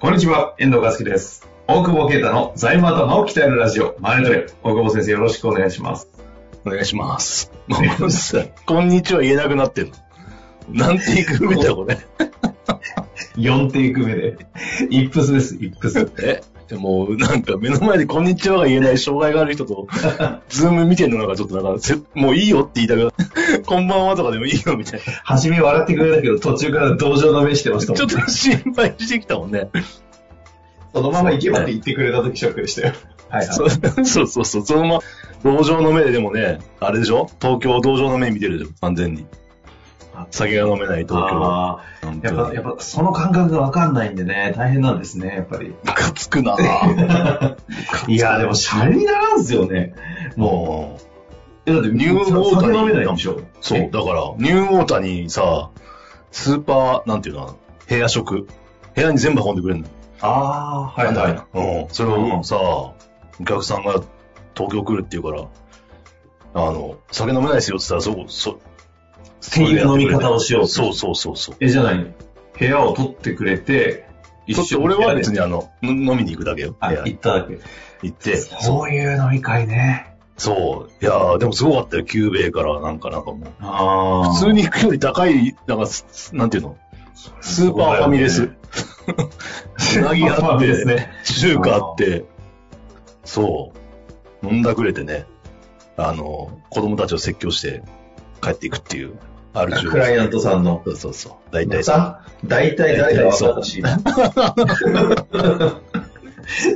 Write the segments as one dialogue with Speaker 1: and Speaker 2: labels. Speaker 1: こんにちは、遠藤和樹です。大久保啓太の財務頭を鍛えるラジオ、マネトレ。大久保先生、よろしくお願いします。
Speaker 2: お願いします。ごめんなさい こんにちは言えなくなってるの。なんていくみたいなこれ。
Speaker 1: 4テイク目で。イップスです、イップス。
Speaker 2: えでも、なんか目の前でこんにちはが言えない障害がある人 と、ズーム見てるのなんかちょっとなんか、せもういいよって言いたくな こんばんはとかでもいいよみたいな。
Speaker 1: 初め笑ってくれたけど、途中から同情の目してまし
Speaker 2: ちょ
Speaker 1: た
Speaker 2: っ
Speaker 1: もん。
Speaker 2: と心配してきたもんね。
Speaker 1: そのまま行けばって言ってくれた時ショックでしたよ。はい、
Speaker 2: そうそうそうそう。そのまま、同情の目ででもね、あれでしょ東京同情の目見てるでしょ完全に。酒が飲めない東京。
Speaker 1: あ
Speaker 2: 本
Speaker 1: ーやっ
Speaker 2: 当
Speaker 1: ぱ、
Speaker 2: に
Speaker 1: やっぱ、その感覚がわかんないんでね、大変なんですね、やっぱり。
Speaker 2: ムカつくなぁ。
Speaker 1: いやー、でも、シャレにならんすよね。も
Speaker 2: も
Speaker 1: う。え、
Speaker 2: う。
Speaker 1: だって、
Speaker 2: ニューウォーター
Speaker 1: 酒飲めないんでしょ
Speaker 2: そう、
Speaker 1: え
Speaker 2: だから、ニューウォーターにさ、スーパー、なんていうのかな、部屋食。部屋に全部運んでくれるの。
Speaker 1: ああ、はい、はい。
Speaker 2: うん。それ
Speaker 1: う
Speaker 2: を
Speaker 1: ん
Speaker 2: さ、お客さんが東京来るって言うから、あの、酒飲めないですよって言ったら、そこ、そ、
Speaker 1: っていう飲み方をしよう。
Speaker 2: そうそうそうそう。
Speaker 1: え、じゃない。部屋を取ってくれて、
Speaker 2: 一緒俺は別
Speaker 1: に。
Speaker 2: にあの、飲飲みに行くだけよ。
Speaker 1: あ、
Speaker 2: 部屋
Speaker 1: 行っただけ。
Speaker 2: 行って。
Speaker 1: そういう飲み会ね。
Speaker 2: そう。いやーでもすごかったよ。キューベイからなんかなんかもう。
Speaker 1: ああ。
Speaker 2: 普通に行くより高い、なんかす、すなんていうのスーパーファミレス。うなぎ
Speaker 1: スーパーフ
Speaker 2: あ
Speaker 1: ァ
Speaker 2: っ
Speaker 1: ミレ
Speaker 2: て、
Speaker 1: スね
Speaker 2: 中華あって、そう、飲んだくれてね、あの、子供たちを説教して帰っていくっていう、ある種。
Speaker 1: クライアントさんの。
Speaker 2: そうそうそう。大体そう。
Speaker 1: さ、大体誰か分かったし。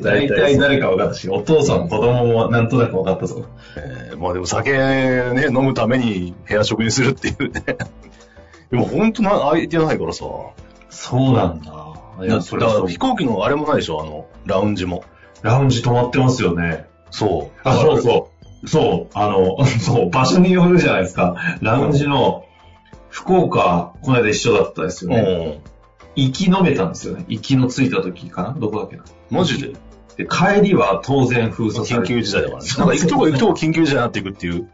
Speaker 1: 大体誰か分かったし、お父さんも子供もなんとなく分かったぞ。
Speaker 2: えーまあでも酒ね、飲むために部屋食にするっていうね。 でも本当な、空いてないからさ。
Speaker 1: そうなんだ。い
Speaker 2: だ
Speaker 1: や、
Speaker 2: だ
Speaker 1: そ
Speaker 2: か
Speaker 1: れは
Speaker 2: ら
Speaker 1: そう
Speaker 2: 飛行機のあれもないでしょ、あの、ラウンジも。
Speaker 1: ラウンジ止まってますよね。
Speaker 2: そう。
Speaker 1: あ、そうそう。そう、あの、 そう、場所によるじゃないですか。ラウンジの、福岡、この間一緒だったですよね。
Speaker 2: うん。
Speaker 1: 行き延べたんですよね。行きのついた時かなどこだっけな。
Speaker 2: マジで
Speaker 1: で、帰りは当然封鎖さ
Speaker 2: 緊
Speaker 1: れて
Speaker 2: 急事態だからね。
Speaker 1: そ
Speaker 2: なん
Speaker 1: う
Speaker 2: か行くとこ行くとこ緊急事態になっていくっていう。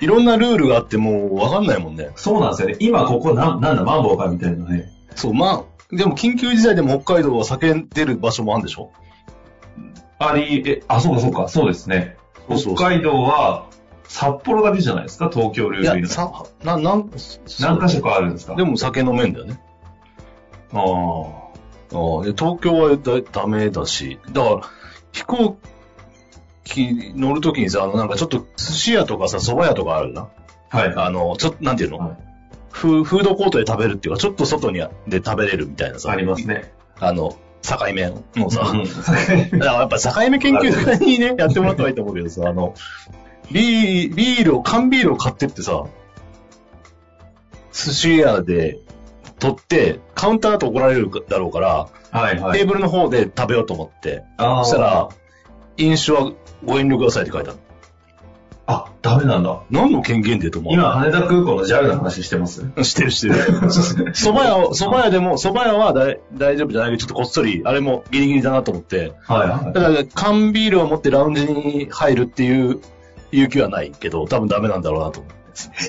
Speaker 2: いろんなルールがあってもうわかんないもんね。
Speaker 1: そうなんですよね。今ここな、なんだ、マンボウかみたいなね。
Speaker 2: そう、まあ、でも緊急事態でも北海道は酒出る場所もあるんでしょ
Speaker 1: あり、え、あ、そうかそうか、そうですね。
Speaker 2: そうそう
Speaker 1: 北海道は、札幌だけじゃないですか、東京ルール
Speaker 2: い
Speaker 1: 以
Speaker 2: や、
Speaker 1: 外。
Speaker 2: さ、な、なん、
Speaker 1: 何
Speaker 2: か
Speaker 1: 箇所かあるんですか
Speaker 2: でも酒飲めんだよね。
Speaker 1: あー
Speaker 2: ああ、で、東京はだダメだし。だから、飛行機乗るときにさ、あの、なんかちょっと寿司屋とかさ、蕎麦屋とかあるな。
Speaker 1: はい。あ
Speaker 2: あの、ちょっと、なんていうの、
Speaker 1: はい
Speaker 2: フーフードコートで食べるっていうか、ちょっと外にあで食べれるみたいなさ。
Speaker 1: ります。ね。
Speaker 2: あの、境目のさ、
Speaker 1: うん
Speaker 2: だからやっぱ境目研究会にね、やってもらった方がいいと思うけどさ、あの、ビービールを、缶ビールを買ってってさ、寿司屋で取って、カウンターだと怒られるだろうから、
Speaker 1: はいはい。
Speaker 2: テーブルの方で食べようと思って、
Speaker 1: あー
Speaker 2: そしたら、飲酒はご遠慮くださいって書いてある。
Speaker 1: あ、ダメなんだ。
Speaker 2: 何の権限でと思う
Speaker 1: 今、羽田空港の JAL の話してます
Speaker 2: してるしてる。蕎麦屋を、蕎麦屋でも、蕎麦屋は大大丈夫じゃないけど、ちょっとこっそり、あれもギリギリだなと思って、
Speaker 1: はいは
Speaker 2: だから、缶ビールを持ってラウンジに入るっていう勇気はないけど、多分ダメなんだろうなと思っ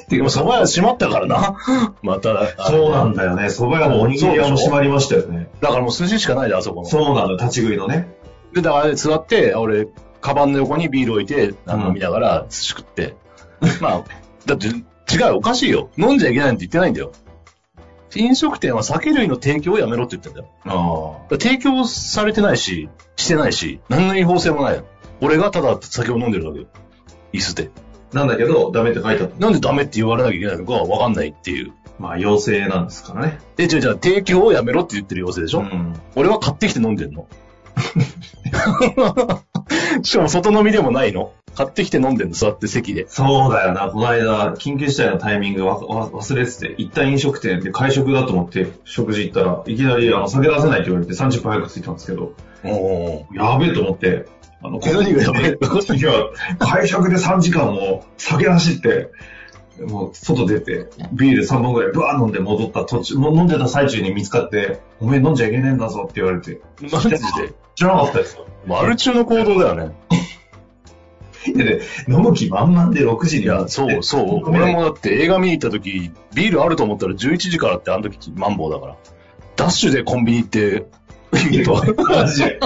Speaker 2: て。
Speaker 1: い。
Speaker 2: でも、蕎麦屋閉まったからな。 また、
Speaker 1: そうなん
Speaker 2: だ。
Speaker 1: だよね。蕎麦屋もおにぎり屋も閉まりましたよね。
Speaker 2: だからもう寿司しかないで、あそこの。
Speaker 1: そうなんだ、立ち食いのね。
Speaker 2: で、だから座って、俺、カバンの横にビール置いて、あ
Speaker 1: うん
Speaker 2: の飲みながら寿司食って。まあ、だって、違う、おかしいよ。飲んじゃいけないなんて言ってないんだよ。飲食店は酒類の提供をやめろって言ってんだよ。
Speaker 1: あ
Speaker 2: だから提供されてないし、してないし、何の違法性もないよ。俺がただ酒を飲んでるだけよ。椅子で。
Speaker 1: あ。なんだけど、ダメって書いてあった。
Speaker 2: なんでダメって言われなきゃいけないのかわかんないっていう。
Speaker 1: まあ、陽性なんですからね。
Speaker 2: え、じゃあじゃあ提供をやめろって言ってる要請でしょ、
Speaker 1: うん。
Speaker 2: 俺は買ってきて飲んでんの。 しかも外飲みでもないの買ってきて飲んでんの座って席で。
Speaker 1: そうだよな、この間、緊急事態のタイミングわわ忘れてて、一旦飲食店で会食だと思って食事行ったら、いきなりあの酒出せないって言われて30分早く着いたんですけど、
Speaker 2: お
Speaker 1: やべえと思って、あの、
Speaker 2: 何がやべえ
Speaker 1: いや、会食で3時間も酒走って、もう外出て、ビール3本ぐらいブワー飲んで戻った途中、もう飲んでた最中に見つかって、おめえ飲んじゃいけねえんだぞって言われて、
Speaker 2: マジで。
Speaker 1: 知らなかったですよ。
Speaker 2: マル中の行動だよね。
Speaker 1: で、飲む気満々で6時に
Speaker 2: いや、そうそう。俺もだって映画見に行った時、ビールあると思ったら11時からってあの時マンボウだから。ダッシュでコンビニ行って、
Speaker 1: いやマジで。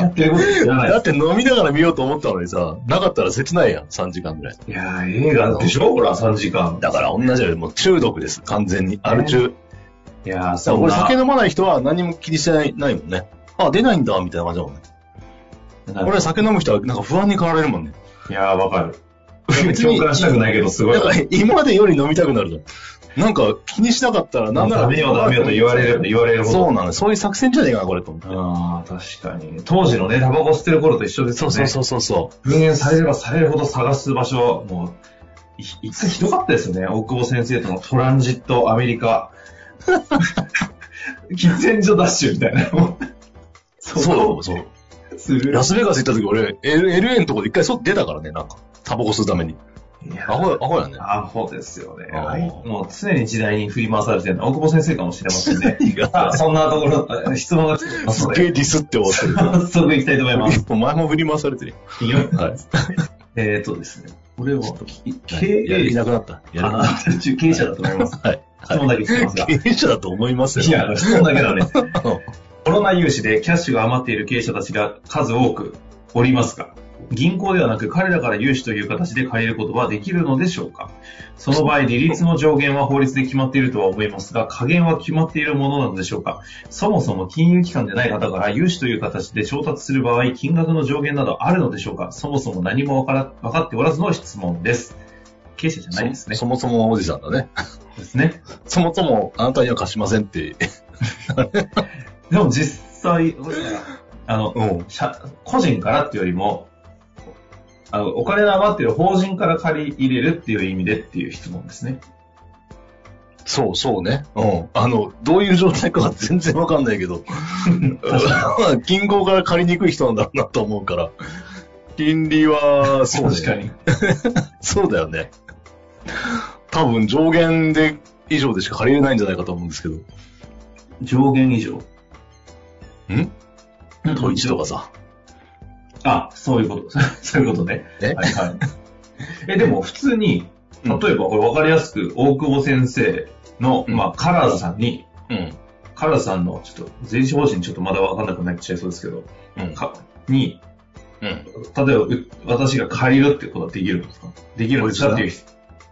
Speaker 1: やってること知らない
Speaker 2: だって飲みながら見ようと思ったのにさ、なかったら切ないやん、3時間ぐらい。
Speaker 1: いやー、映画でしょほら、3時間。
Speaker 2: だから同じだよ。もう中毒です、完全に。アル中。
Speaker 1: いやー、
Speaker 2: だから
Speaker 1: そん
Speaker 2: 俺酒
Speaker 1: な。
Speaker 2: 飲まない人は何も気にしてないないもんね。あ、出ないんだ、みたいな感じだもんね。俺酒飲む人はなんか不安に駆られるもん ね。
Speaker 1: いやー、わかる。共感したくないけど、すごい
Speaker 2: だ。から今までより飲みたくなるじゃん。なんか気にしなかったらなんなら。
Speaker 1: ダメよ、ダメよと言われる、言われるほど。
Speaker 2: そうなの。そういう作戦じゃねえかな、これと思って。
Speaker 1: ああ、確かに。当時のね、タバコ吸ってる頃と一緒です
Speaker 2: そ
Speaker 1: よ
Speaker 2: う
Speaker 1: ね。
Speaker 2: そうそうそうそ
Speaker 1: 分煙されればされるほど探す場所、もう、い一回ひどかったですよね。大久保先生とのトランジットアメリカ。 喫煙所ダッシュみたいな。も
Speaker 2: う。そうそう。
Speaker 1: うする
Speaker 2: ラ。スベガス行った時俺、L- LA のとこで一回外出たからね、なんか。タバコ吸うために。
Speaker 1: いや
Speaker 2: アホ、アホや ね。
Speaker 1: アホですよね。
Speaker 2: あー
Speaker 1: はいもう常に時代に振り回されてるのは大久保先生かもしれませんね。
Speaker 2: いや
Speaker 1: あそんなところ、あ質問が来てます
Speaker 2: す
Speaker 1: の
Speaker 2: げえ
Speaker 1: で、
Speaker 2: ディスって終わ ってる。
Speaker 1: 早速行きたいと思います。
Speaker 2: お前も振り回されてるよ。
Speaker 1: いきます
Speaker 2: はい。
Speaker 1: えーとですね、これはき経
Speaker 2: やる
Speaker 1: 営
Speaker 2: 気
Speaker 1: 者
Speaker 2: なくなった。やる気なくなっ
Speaker 1: あー中経営者だと思います。
Speaker 2: たはい。
Speaker 1: 質問だけしてますが。
Speaker 2: 経営者だと思いますよ。
Speaker 1: いや、あの質問だけだね。
Speaker 2: うん
Speaker 1: コロナ融資でキャッシュが余っている経営者たちが数多くおりますが、銀行ではなく彼らから融資という形で借りることはできるのでしょうかその場合、利率の上限は法律で決まっているとは思いますが、下限は決まっているものなのでしょうかそもそも金融機関でない方から融資という形で調達する場合、金額の上限などあるのでしょうかそもそも何もわから分かっておらずの質問です。経営者じゃないですね。
Speaker 2: そそも そもおじさんだね。
Speaker 1: うですね。
Speaker 2: そもそもあなたには貸しませんって。
Speaker 1: でも実際、あの、
Speaker 2: うん。
Speaker 1: 社個人からっていうよりも、あのお金の余ってる法人から借り入れるっていう意味でっていう質問ですね。
Speaker 2: そうそうね。うん。あの、どういう状態かは全然わかんないけ ど、銀行から借りにくい人なんだろうなと思うから、金利は、そう、ね、
Speaker 1: 確か。に。
Speaker 2: そうだよね。多分上限で以上でしか借りれないんじゃないかと思うんですけど、
Speaker 1: 上限以上。
Speaker 2: ん統一とかさ。
Speaker 1: あ、そういうこと。 そういうことね。
Speaker 2: え
Speaker 1: はいはい。え、でも普通に、
Speaker 2: う
Speaker 1: 例
Speaker 2: ん
Speaker 1: えばこれ分かりやすく、大久保先生の、
Speaker 2: うん
Speaker 1: まあ、カラーズさんに、
Speaker 2: うん。
Speaker 1: カラーズさんの、ちょっと、税理士法人ちょっとまだ分かんなくなっちゃいそうですけど、
Speaker 2: うん。
Speaker 1: かに、
Speaker 2: うん。
Speaker 1: 例えばう、私が借りるってことはできるんですかできるんですかっていう質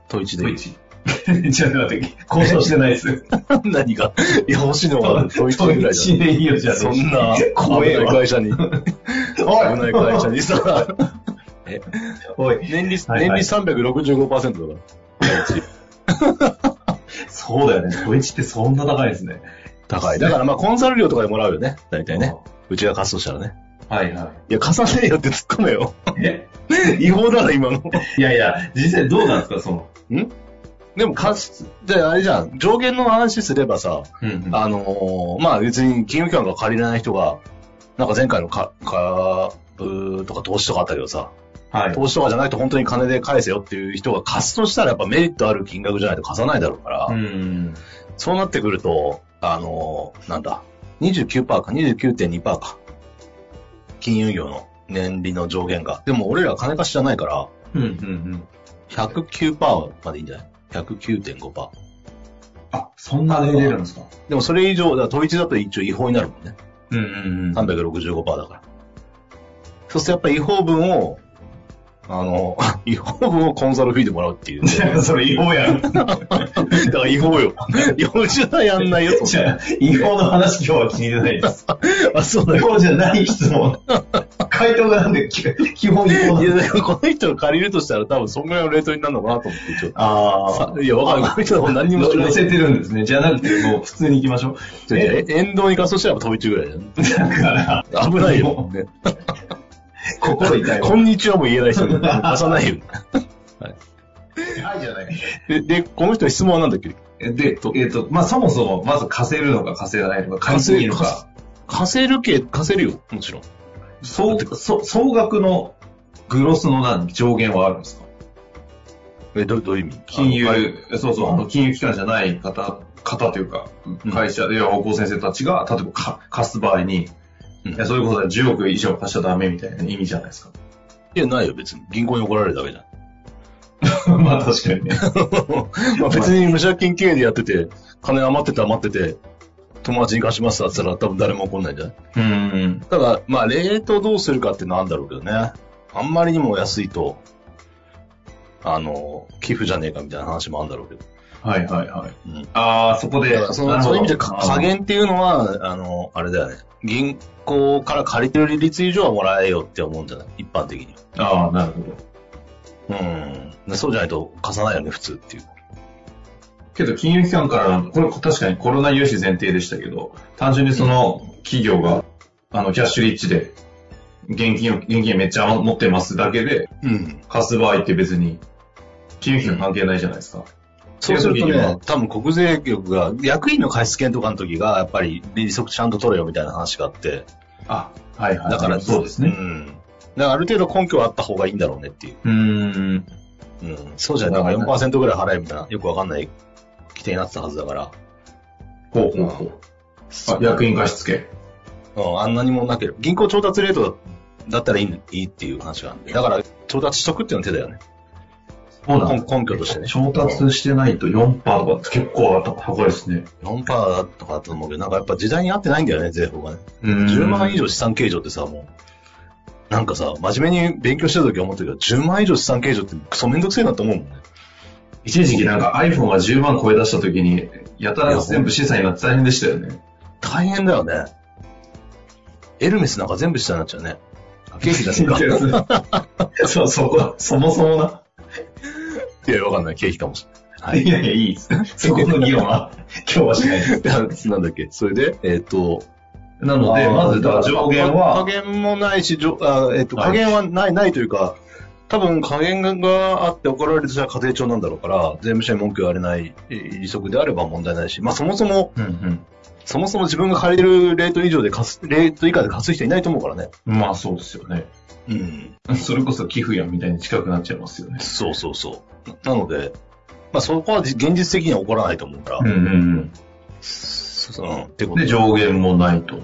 Speaker 2: 統一
Speaker 1: 問。
Speaker 2: で。
Speaker 1: 一。 じゃあ、待って、交渉してないです。
Speaker 2: 何がいや、欲しいの は統一ぐらいだ、ね。
Speaker 1: 一でいいよ、じゃあ。
Speaker 2: そんな、
Speaker 1: 怖え
Speaker 2: 危ない
Speaker 1: わ。
Speaker 2: 会社に、危ない会社にさ、
Speaker 1: おい、
Speaker 2: 年利、
Speaker 1: はい
Speaker 2: 年利365%だか
Speaker 1: そうだよね。ドイツってそんな高いですね。
Speaker 2: ら。高い。だからまあコンサル料とかでもらうよね。大体ね。うちが貸すとしたらね。
Speaker 1: はいはい
Speaker 2: や、貸さねえよって突っ込め よ。
Speaker 1: い。え
Speaker 2: 違法だな、今 の。
Speaker 1: いやいや、実際どうなんですか、その。
Speaker 2: でも貸す、で、あれじゃん。上限の話すればさ、
Speaker 1: うんうん
Speaker 2: あのーまあ別に金融機関が借りれない人が、なんか前回のか、株とか投資とかあったけどさ、
Speaker 1: はい。
Speaker 2: 投資とかじゃないと本当に金で返せよっていう人が貸すとしたらやっぱメリットある金額じゃないと貸さないだろうから、
Speaker 1: うん。
Speaker 2: そうなってくると、あのーなんだ、29%か、29.2%か。金融業の年利の上限が。でも俺ら金貸しじゃないから、
Speaker 1: うんうんうん。
Speaker 2: 109%までいいんじゃない ?109.5%。
Speaker 1: あ、そんなで入れるんですか。
Speaker 2: でもそれ以上、だから統一だと一応違法になるもんね。
Speaker 1: うんうんうん。
Speaker 2: 365%だから。そうするとやっぱり違法分をあの、 違法分をコンサルフィーでもらうっていう、ね。
Speaker 1: いやそれ違法やん。
Speaker 2: だから違法よ。 違法じゃやんないよ、そんな
Speaker 1: じゃあ違法の話今日は聞いてないです。
Speaker 2: あ、 そうだ
Speaker 1: 違
Speaker 2: よ。
Speaker 1: 法じゃない質 問。回答がなんで基基本違法なん
Speaker 2: い
Speaker 1: だ
Speaker 2: や、だからこの人を借りるとしたら多分そんぐらいのレートになるのかなと思って、ちょっと
Speaker 1: あ
Speaker 2: さ。いや、わかんない。この人は
Speaker 1: あ。
Speaker 2: 何にも知らな
Speaker 1: 乗
Speaker 2: い。
Speaker 1: せてるんですね。じゃなくて、もう普通に行きましょう。え、
Speaker 2: え沿道に仮装したら飛び散るぐらいだよね
Speaker 1: だから、
Speaker 2: 危ないよ
Speaker 1: も。う心痛いわ。
Speaker 2: こんにちはも言えない人に出さ ないよ。
Speaker 1: はいじゃない。
Speaker 2: で、でこの人の質問は何だっけ
Speaker 1: で、えっと、えっとまあ、そもそも、まず貸せるのか貸せないのか、借りすぎるの
Speaker 2: 貸
Speaker 1: か、
Speaker 2: 貸せるけ、貸せるよ、もちろん。
Speaker 1: 総総総額のグロスの何上限はあるんですか
Speaker 2: え、どどういう意味
Speaker 1: 金融、
Speaker 2: あの
Speaker 1: そうそう、あの金融機関じゃない方、方というか、
Speaker 2: うん
Speaker 1: 会社、いや、高校先生たちが、例えばか貸す場合に、
Speaker 2: うん
Speaker 1: いやそういうことで10億以上貸しちゃダメみたいな意味じゃないですか。
Speaker 2: いや、ないよ、別に。銀行に怒られるだけじゃん。
Speaker 1: まあ確かにね。
Speaker 2: まあ別に無借金経営でやってて、金余ってて余ってて、友達に貸しますって言ったら多分誰も怒んないんじゃない
Speaker 1: うん。
Speaker 2: ただ、まあ、レートどうするかってなんだろうけどね。あんまりにも安いと、あの、寄付じゃねえかみたいな話もあるんだろうけど。
Speaker 1: はいはいはい。
Speaker 2: うん
Speaker 1: ああ、そこで
Speaker 2: だか、らそ
Speaker 1: な
Speaker 2: の
Speaker 1: るほ
Speaker 2: そう
Speaker 1: ど
Speaker 2: いう意味でか加減っていうのは、あの、あれだよね。銀行から借りてる利率以上はもらえよって思うんじゃない一般的に。
Speaker 1: ああ、なるほど。
Speaker 2: うん。でそうじゃないと貸さないよね、普通っていう。
Speaker 1: けど金融機関からの、これ確かにコロナ融資前提でしたけど、単純にその企業が、あの、キャッシュリッチで、現金を、現金めっちゃ持ってますだけで、
Speaker 2: うん。
Speaker 1: 貸す場合って別に、金融機関関係ないじゃないですか。
Speaker 2: そうすると
Speaker 1: っていう時には
Speaker 2: ね、多分国税局が、役員の貸付とかの時が、やっぱり利息ちゃんと取れよみたいな話があって、
Speaker 1: あ、はいはい。
Speaker 2: だから、
Speaker 1: そうです
Speaker 2: う
Speaker 1: ね。
Speaker 2: ん。だからある程度根拠はあった方がいいんだろうねっていう。
Speaker 1: うーん。
Speaker 2: うん。そうじゃない、なんか4%ぐらい払えみたいな、よくわかんない規定になってたはずだから。
Speaker 1: ほうほうほう。あ役員貸付。
Speaker 2: うん、あんなにもなければ。銀行調達レートだったらいいいいっていう話があるんで。だから、調達しとくっていうのは手だよね。
Speaker 1: そうなん
Speaker 2: 根
Speaker 1: だ。
Speaker 2: 根拠としてね。
Speaker 1: 調達してないと4%とか結構高いですね。
Speaker 2: 4%とかだと思うけど、なんかやっぱ時代に合ってないんだよね、税法がね。
Speaker 1: うーん
Speaker 2: 10万以上資産計上ってさ、もう、なんかさ、真面目に勉強してた時は思ったけど、10万以上資産計上ってクソめんどくせえなと思うもんね。
Speaker 1: 一時期なんか iPhone が10万超え出した時に、やたら全部資産になって大変でしたよね。
Speaker 2: 大変だよね。エルメスなんか全部資産になっちゃうね。経費出すか。
Speaker 1: そう、そこ、そもそもな。
Speaker 2: いや、わかんない。経費かもしれない。はい
Speaker 1: い、。やいや、いいです。そこの議論は、 今日はしないです。
Speaker 2: なんだっけそれで、えっ、と、
Speaker 1: なので、
Speaker 2: あー
Speaker 1: まず、だから上限は、
Speaker 2: 加減もないし、じょあえっと、
Speaker 1: はい
Speaker 2: 加減はない、ないというか、多分加減があって怒られるとしたら家庭庁なんだろうから、税務署に文句言われないえー利息であれば問題ないし、まあそもそも、
Speaker 1: うん
Speaker 2: そもそも自分が借りてるレート以上で貸す、レート以下で貸す人いないと思うからね。
Speaker 1: うん。まあ、そうですよね。
Speaker 2: うん。
Speaker 1: それこそ寄付やみたいに近くなっちゃいますよね。
Speaker 2: そうそうそう。ななので、まあそこはじ現実的には起こらないと思うから、
Speaker 1: うんうん
Speaker 2: そそうん。って
Speaker 1: う
Speaker 2: こ
Speaker 1: ん。
Speaker 2: と
Speaker 1: で、
Speaker 2: で、
Speaker 1: 上限もないと。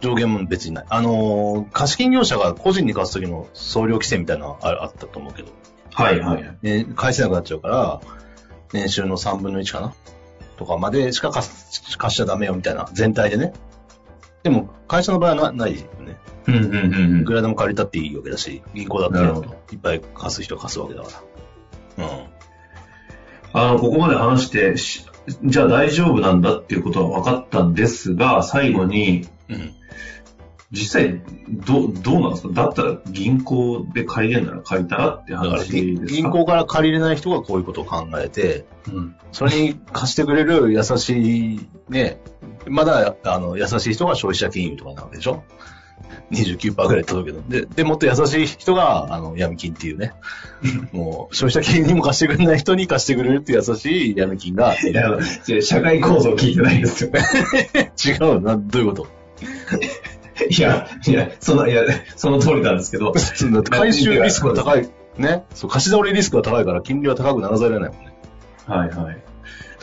Speaker 2: 上限も別にない。あのー貸金業者が個人に貸す時の総量規制みたいなのああったと思うけど、
Speaker 1: はいはい。
Speaker 2: ね、返せなくなっちゃうから、年収の3分の1かなとかまでしか貸す貸しちゃダメよみたいな、全体でね。でも、会社の場合はなないよね。
Speaker 1: うんうんうん
Speaker 2: いくらでも借りたっていいわけだし、銀行だ
Speaker 1: なるほ
Speaker 2: っ
Speaker 1: ど
Speaker 2: ていっぱい貸す人は貸すわけだから。うん。
Speaker 1: あの、ここまで話して、しじゃあ大丈夫なんだっていうことは分かったんですが、最後に、
Speaker 2: うん。
Speaker 1: 実際、どう、どうなんですかだったら銀行で借りれるなら借りたらって
Speaker 2: だから、
Speaker 1: 話
Speaker 2: ぎ
Speaker 1: ですか
Speaker 2: 銀行から借りれない人がこういうことを考えて、
Speaker 1: うん。
Speaker 2: それに貸してく れる優しい、ね、まだ、あの、優しい人が消費者金融とかなわけでしょ ?29% ぐらい届けど。で、で、もっと優しい人が、あの、闇金ってい うね。もう、消費者金融にも貸してくれない人に貸してくれるっていう優しい闇金が、
Speaker 1: いや、じゃあ社会構造聞いてないですよ。
Speaker 2: 違うな、どういうこと
Speaker 1: いや、いや、その、いや、その通りなんですけど。
Speaker 2: そうだって回収リスクが高い。ね。そう、貸し倒れリスクが高いから、金利は高くならざるを得ないもんね。
Speaker 1: はいはい。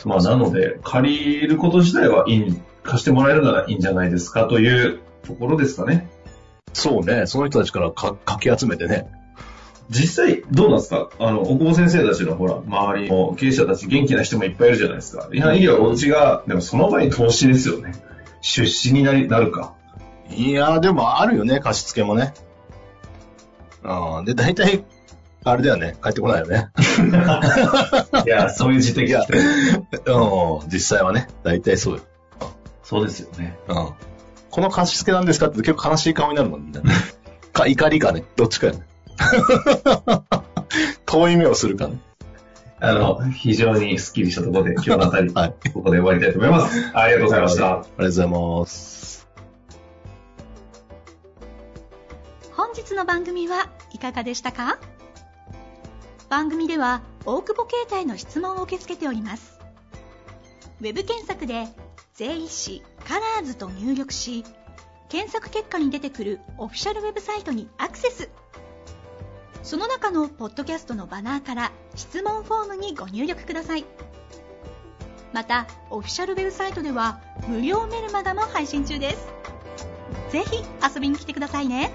Speaker 1: まあ、なので、借りること自体はいい、貸してもらえるならいいんじゃないですかというところですかね。
Speaker 2: そうね、その人たちからかかき集めてね。
Speaker 1: 実際、どうなんですかあの、大久保先生たちのほら、周りも経営者たち元気な人もいっぱいいるじゃないですか。いや、いいよ、お家が、でもその場に投資ですよね。出資になりなるか。
Speaker 2: いやー、でもあるよね、貸し付けもね。あーで、大体、あれだよね。帰ってこないよね。
Speaker 1: いや、そういう時的
Speaker 2: いうん、実際はね。大体そうよ。
Speaker 1: そうですよね。
Speaker 2: うん。この貸し付けなんですかって結構悲しい顔になるもんね。 か、怒りかね。どっちかよね。 遠い目をするかね。
Speaker 1: あの、非常にスッキリしたところで、今日のあたり、
Speaker 2: はい。あり
Speaker 1: ここで終わりたいと思います。ありがとうございました。
Speaker 2: がとうございます。
Speaker 3: 本日の番組はいかがでしたか番組では大久保携帯の質問を受け付けておりますウェブ検索で「税理士カラーズと入力し検索結果に出てくるオフィシャルウェブサイトにアクセスその中のポッドキャストのバナーから質問フォームにご入力くださいまたオフィシャルウェブサイトでは無料メルマガも配信中ですぜひ遊びに来てくださいね